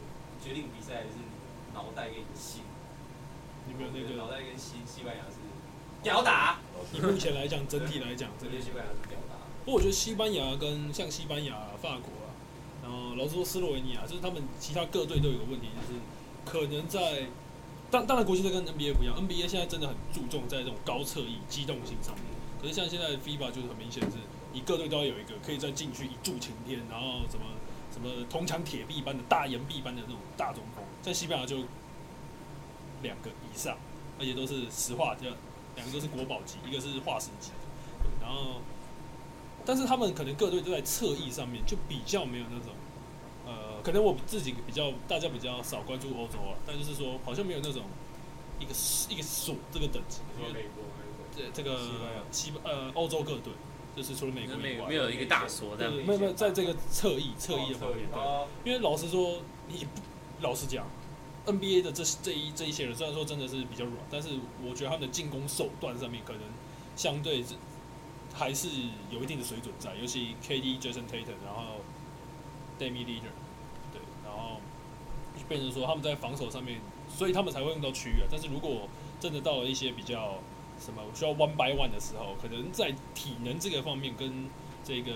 Speaker 5: 决定比赛还是你的脑袋跟你的心。
Speaker 1: 你没有那
Speaker 5: 我觉得脑
Speaker 1: 个。
Speaker 5: 袋跟西西班牙是屌打，
Speaker 1: 以目前来讲，整体来讲，
Speaker 5: 我
Speaker 1: 整体
Speaker 5: 觉得西班牙是屌打。
Speaker 1: 不过我觉得西班牙跟像西班牙、法国啊，然后老实说斯洛文尼亚，就是他们其他各队都有个问题，就是可能在当当然国际赛跟 NBA 不一样，NBA 现在真的很注重在这种高侧翼、机动性上面。可是像现在的 FIBA 就是很明显是，你各队都要有一个可以在禁区一柱擎天，然后什么什么铜墙铁壁般的大岩壁般的那种大中锋，在西班牙就两个以上，而且都是石化，就两个都是国宝级，一个是化石级，对然后。但是他们可能各队都在侧翼上面就比较没有那种，呃，可能我自己比较大家比较少关注欧洲啊，但就是说好像没有那种一个一个数这个等级，因为
Speaker 5: 国还是
Speaker 1: 这这个
Speaker 3: 西班牙
Speaker 1: 西班呃欧洲各队就是除了美
Speaker 4: 就
Speaker 1: 国
Speaker 4: 是没
Speaker 1: 以
Speaker 4: 有
Speaker 1: 外，
Speaker 4: 没有一个大锁这
Speaker 1: 对
Speaker 4: 样
Speaker 1: 对，没有没有在这个侧翼侧翼的方面，对，
Speaker 5: 哦，
Speaker 1: 因为老实说，你不老实讲，NBA 的这这一这一些人，虽然说真的是比较软，但是我觉得他们的进攻手段上面可能相对是还是有一定的水准在，尤其 KD、Jason Tatum，然后 Damian l e a d e r 对，然后就变成说他们在防守上面，所以他们才会用到区域啊。但是如果真的到了一些比较什么需要 one by one 的时候，可能在体能这个方面跟这个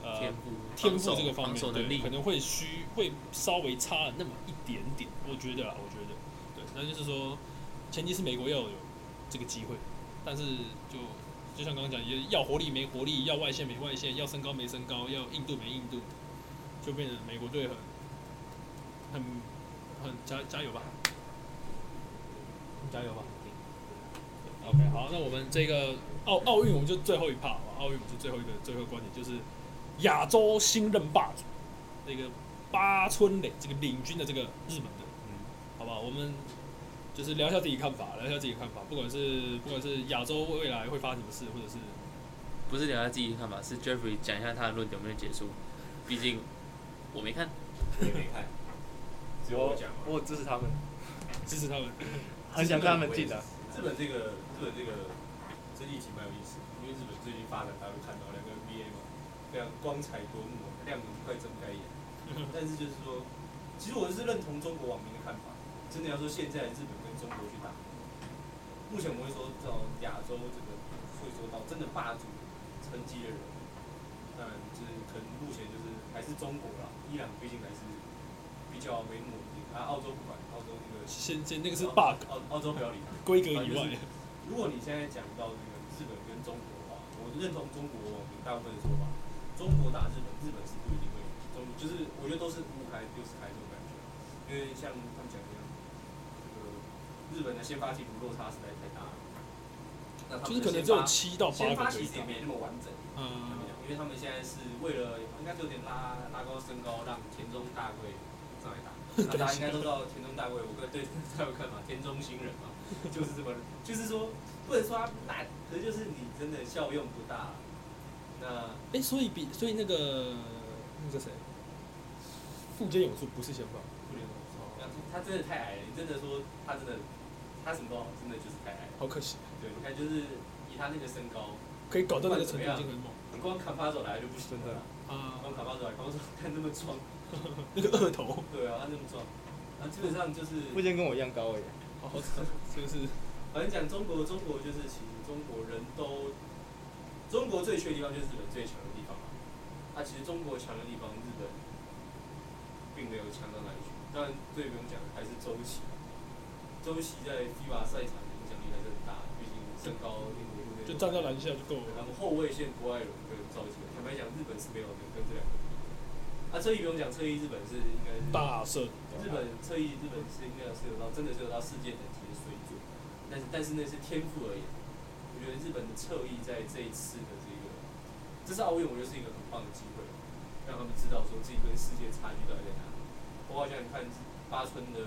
Speaker 1: 呃
Speaker 4: 天赋
Speaker 1: 天
Speaker 4: 防
Speaker 1: 赋
Speaker 4: 守
Speaker 1: 这个方
Speaker 4: 防
Speaker 1: 面，
Speaker 4: 守能
Speaker 1: 对，
Speaker 4: 力
Speaker 1: 可能会虚，会稍微差了那么一点点，我觉得啦，啊我觉得，对，那就是说，前提是美国要有这个机会，但是就就像刚刚讲，也要活力没活力，要外线没外线，要身高没身高，要硬度没硬度，就变成美国队很很很加加油吧，加油吧。OK，好，那我们这个奥奥运我们就最后一 part 吧，奥运我们就最后一个最后一个观点就是亚洲新任霸主，这个八村垒这个领军的这个日本队，好不好？我们就是聊一下自己看法，聊一下自己看法，不管是不管是亚洲未来会发生什么事，或者是
Speaker 4: 不是聊他自己的看法，是 Jeffrey 讲一下他的论点有没有结束。毕竟我没看，
Speaker 6: 我也没 看，
Speaker 8: 只有我讲嘛。
Speaker 3: 我支持他们，
Speaker 1: 支持他们，
Speaker 3: 很想看他们进啊的。
Speaker 5: 日本这个日本这个这疫情蛮有意思，因为日本最近发展，大家都看到两个 NBA 嘛，非常光彩夺目，亮得快睁不开 眼。但是就是说，其实我是认同中国网民的看法，真的要说现在日本跟中国去打，目前我会说到亚洲这个会说到真的霸主层级的人，当然就是可能目前就是还是中国啦，伊朗毕竟还是比较没那么稳定啊，澳洲不管，澳洲那个
Speaker 1: 先先那个是 bug
Speaker 5: 澳澳洲不要理他。
Speaker 1: 规格以外，
Speaker 5: 如果你现在讲到这个日本跟中国的话，我认同中国网民大部分的说法，中国打日本，日本是不一定会赢，中就是我觉得都是五开六十开这种感觉，因为像他们讲一样，这个日本的先发替补落差实在太大了，那他
Speaker 1: 就
Speaker 5: 们
Speaker 1: 是可能
Speaker 5: 的
Speaker 1: 只有
Speaker 5: 先发
Speaker 1: 七到八
Speaker 5: 先
Speaker 1: 个
Speaker 5: 发
Speaker 1: 队
Speaker 5: 其实也没那么完整。
Speaker 1: 嗯，
Speaker 5: 因为他们现在是为了应该是有点拉拉高身高，让田中大贵上来打，那大家应该都知道田中大卫，我个对他有看法，田中新人嘛，就是这么，就是说不能说他烂，可是就是你真的效用不大。那
Speaker 1: 哎、所以比所以那个那个谁，富坚勇树不是先发，
Speaker 5: 不联盟，他真的太矮了，你真的说他真的，他什么都好，真的就是太矮了。
Speaker 1: 好可惜，
Speaker 5: 对，你看就是以他那个身高，
Speaker 1: 可以搞到那个程度已经很猛
Speaker 5: 你光砍巴手来就不行
Speaker 3: 真的
Speaker 5: 了，
Speaker 1: 啊！
Speaker 5: 光砍巴手来，光说看那么壮，
Speaker 1: 那个二头，
Speaker 5: 对啊，他那么壮，然后基本上就是
Speaker 3: 不先跟我一样高哎、
Speaker 1: 好好惨，真的是
Speaker 5: 反正讲中国，中国就是其实中国人都，中国最缺的地方就是日本最强的地方嘛。啊，其实中国强的地方，日本并没有强到哪里去。当然，最不用讲还是周琦，啊周琦在 FIBA 赛场的影响力还是很大，毕竟身高那个那个
Speaker 1: 就站在篮下就够
Speaker 5: 然
Speaker 1: 了。
Speaker 5: 后后卫线郭艾伦跟赵杰，坦白讲，日本是没有能跟这两个比的。啊，侧翼不用讲，侧翼日本是应该是
Speaker 1: 大胜，
Speaker 5: 日本侧翼，日本是应该有是有到真的是有到世界等级的水准，但是但是那是天赋而言。我觉得日本的侧翼在这一次的这个，这次奥运，我觉得是一个很棒的机会，让他们知道说自己跟世界差距到底在哪里。我好像看八村的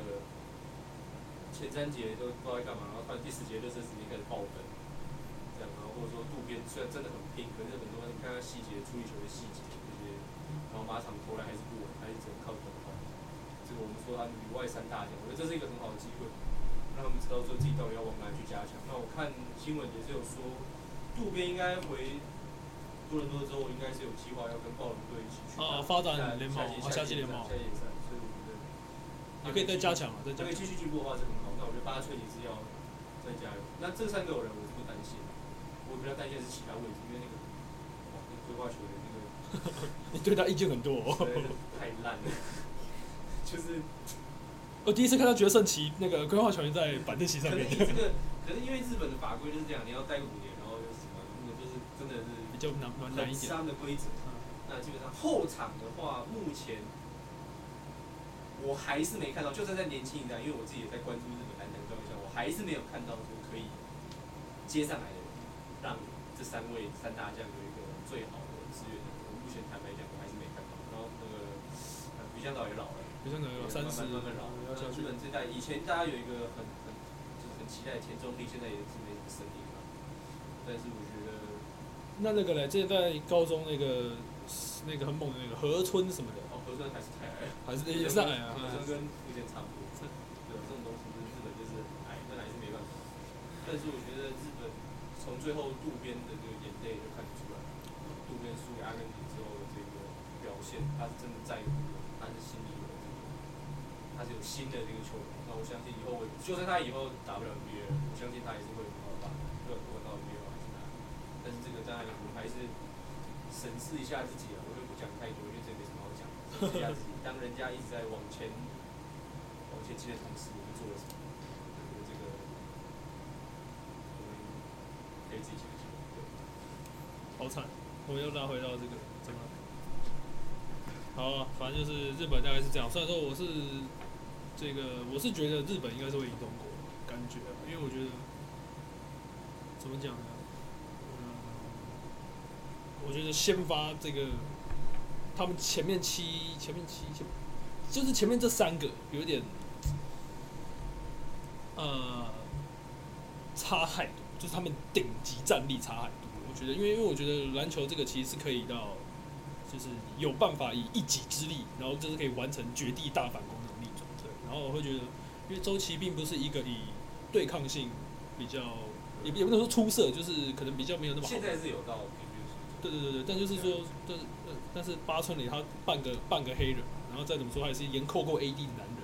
Speaker 5: 前三节都不知道在干嘛，然后突然第四节热身时间开始爆分，这样，然后或者说渡边虽然真的很拼，可是很多你看他细节、处理球的细节这些，然后马场投篮还是不稳，还是只能靠投篮。这个我们说他们里外三大奖，我觉得这是一个很好的机会，让他们知道说自己到底要往哪里去加强。那我看新闻也是有说，渡边应该回多伦多之后，应该是有计划要跟暴龙队一起去
Speaker 1: 哦
Speaker 5: 打
Speaker 1: 发展联盟哦夏
Speaker 5: 下
Speaker 1: 季联盟
Speaker 5: 下季赛，所以我觉得
Speaker 1: 也可以再加强啊，再加
Speaker 5: 他可以
Speaker 1: 强。
Speaker 5: 继续进步的话是很好。那我觉得八寸也是要再加油。那这三个人我是不担心，我比较担心的是其他位置，因为那个哇，那个规划球员那个
Speaker 1: 你对他意见很多、哦。
Speaker 5: 实在是太烂了， 就是
Speaker 1: 我第一次看到决胜旗那个规划球员 在板凳席上
Speaker 5: 可是
Speaker 1: 面
Speaker 5: 你，这个，可是因为日本的法规就是这样，你要待五年，然后又什么，那个就是真的是
Speaker 1: 比较难蛮难
Speaker 5: 很
Speaker 1: 一点。啊
Speaker 5: 伤的规则。那基本上后场的话，目前我还是没看到，就算在年轻一代，因为我自己也在关注日本篮坛状况下，我还是没有看到说可以接上来的人，让这三位三大将有一个最好的资源。我目前坦白讲，我还是没看到。然后那个呃于香岛也老了。
Speaker 1: 比如说能有三十，
Speaker 5: 慢慢慢慢
Speaker 1: 要下
Speaker 5: 日
Speaker 1: 去。
Speaker 5: 本这代以前大家有一个很很就是很期待的田中丽，现在也是没什么声音了。但是我觉得
Speaker 1: 那那个嘞，之前在高中那个那个很猛的那个河村什么的，
Speaker 5: 哦，河川还是太矮了，
Speaker 1: 还是也是矮啊
Speaker 5: 河，川跟福建差不多。对，这种东西就是日本就是矮，本来是没办法。但是我觉得日本从最后渡边的这个眼泪就看得出来，渡边输给阿根廷之后的这个表现，他是真的在乎的，他是心里有这个，他是有新的这个球员。那我相信以后我，就算他以后打不了 NBA，我相信他也是会很好打，会会到 NBA 啊还是哪里。但是这个当然我们还是审视一下自己啊，我就不讲太多，因为这没什么好讲。 审视一下自己，当人家一直在往前往前进的同时，我们做了什么？我觉得这个我们
Speaker 1: 呃
Speaker 5: 可以自己想一想。对
Speaker 1: 好惨。我又拉回到这个，怎么了？好啊、反正就是日本大概是这样。虽然说我是这个，我是觉得日本应该是会赢中国，感觉啊，因为我觉得怎么讲呢？嗯，我觉得先发这个，他们前面七、前面七、前就是前面这三个有点呃差太多，就是他们顶级战力差太多。我觉得，因为因为我觉得篮球这个其实是可以到，就是有办法以一己之力，然后就是可以完成绝地大反攻能力种。对，然后我会觉得，因为周琦并不是一个以对抗性比较，也不也不能说出色，就是可能比较没有那么好
Speaker 5: 现。在是有到平均水准，
Speaker 1: 对对对对，但就是说，但是呃但是八村里他半个半个黑人，然后再怎么说他也是严扣过 AD 的男人，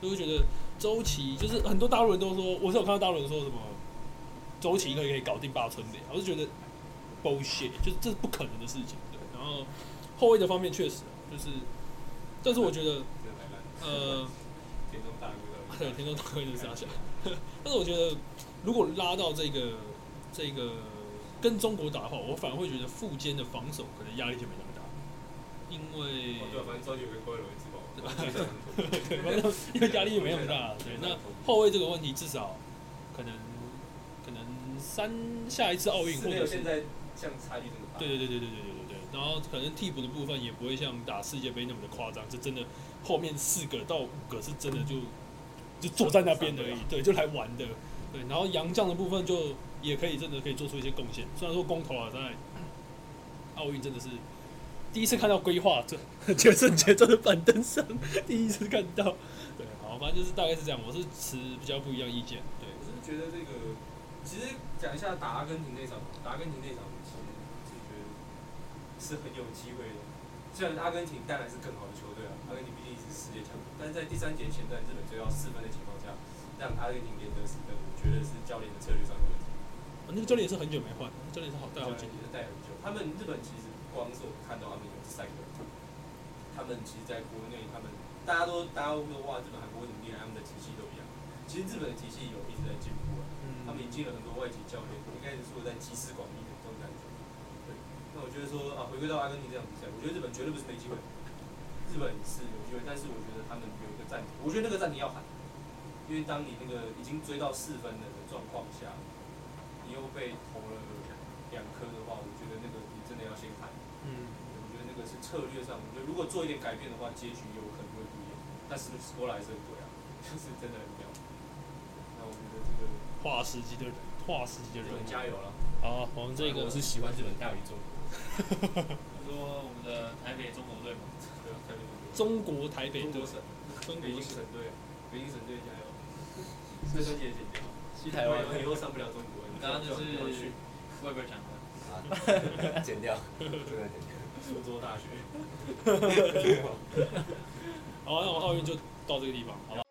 Speaker 1: 对，所以我觉得周琦就是很多大陆人都说，我是有看到大陆人说什么周琦可以可以搞定八村的，我就觉得 bullshit，就是这是不可能的事情，对。然后后卫的方面确实啊就是，但是我觉得
Speaker 5: 真的太烂了。
Speaker 1: 呃。
Speaker 5: 田中大哥到底
Speaker 1: 对，田中大辉就是傻笑。 但是我觉得，如果拉到这个这个跟中国打的话，我反而会觉得富坚的防守可能压力就没那么大，因为
Speaker 5: 哦，对啊，反正周杰伦跟郭伟伦自爆，
Speaker 1: 对，反正因为压力也没那么大。对，那后卫这个问题至少可能可能三下一次奥运
Speaker 5: 是
Speaker 1: 或
Speaker 5: 没有
Speaker 1: 者
Speaker 5: 现
Speaker 1: 是。
Speaker 5: 在像差距这么大。
Speaker 1: 对对对对对对对对对，然后可能替补的部分也不会像打世界杯那么的夸张，这真的后面四个到五个是真的就就坐在那边而已，对，就来玩的，对。然后洋将的部分就也可以真的可以做出一些贡献，虽然说公投啊在奥运真的是第一次看到规划这决胜节坐在板凳上，第一次看到，对，好，反正就是大概是这样，我是持比较不一样意见，啊对。
Speaker 5: 我是觉得这个，其实讲一下打阿根廷那场，打阿根廷那场，我其实是觉得是很有机会的。虽然阿根廷当然是更好的球队啊，阿根廷毕竟是世界强国，但是在第三节前段日本追到四分的情况下，让阿根廷连得四分，我觉得是教练的策略上的问题。
Speaker 1: 哦那个教练也是很久没换，教练是好带好几
Speaker 5: 也
Speaker 1: 年。
Speaker 5: 是带很久。他们日本其实不光是我看到他们有赛个，他们其实在国内，他们大家都大家都说哇，日本、韩国怎么厉害，他们的体系都一样。其实日本的体系有一直在进步啊，他们引进了很多外籍教练，应该是说在集思广益的这种感觉。对，那我觉得说啊，回归到阿根廷这场比赛，我觉得日本绝对不是没机会，日本是有机会，但是我觉得他们有一个暂停，我觉得那个暂停要喊，因为当你那个已经追到四分的状况下，你又被投了两颗的话，我觉得那个你真的要先喊。
Speaker 1: 嗯，
Speaker 5: 我觉得那个是策略上，我觉得如果做一点改变的话，结局有可能会不一样。但是说来是很对啊，就是真的很屌。那我觉得这个
Speaker 1: 化石级的人，化石级的
Speaker 5: 日
Speaker 1: 人物。
Speaker 5: 本加油了。
Speaker 1: 好，我们这个
Speaker 8: 我是喜欢日本大于中国，
Speaker 4: 你说我们的台北中国队嘛，
Speaker 5: 对啊，台北中
Speaker 1: 中国台北
Speaker 5: 国
Speaker 1: 队，
Speaker 5: 省，
Speaker 1: 中
Speaker 5: 北
Speaker 1: 国
Speaker 5: 京
Speaker 1: 是
Speaker 5: 省队，啊北京省队加 油！这段也剪掉，
Speaker 4: 去台 湾。
Speaker 5: 以后上不了中国。
Speaker 4: 刚刚就是
Speaker 5: 你去
Speaker 4: 外边讲的，
Speaker 6: 啊，剪掉，这个剪掉。
Speaker 5: 苏州大学。
Speaker 1: 好，那我们奥运就到这个地方，好吧？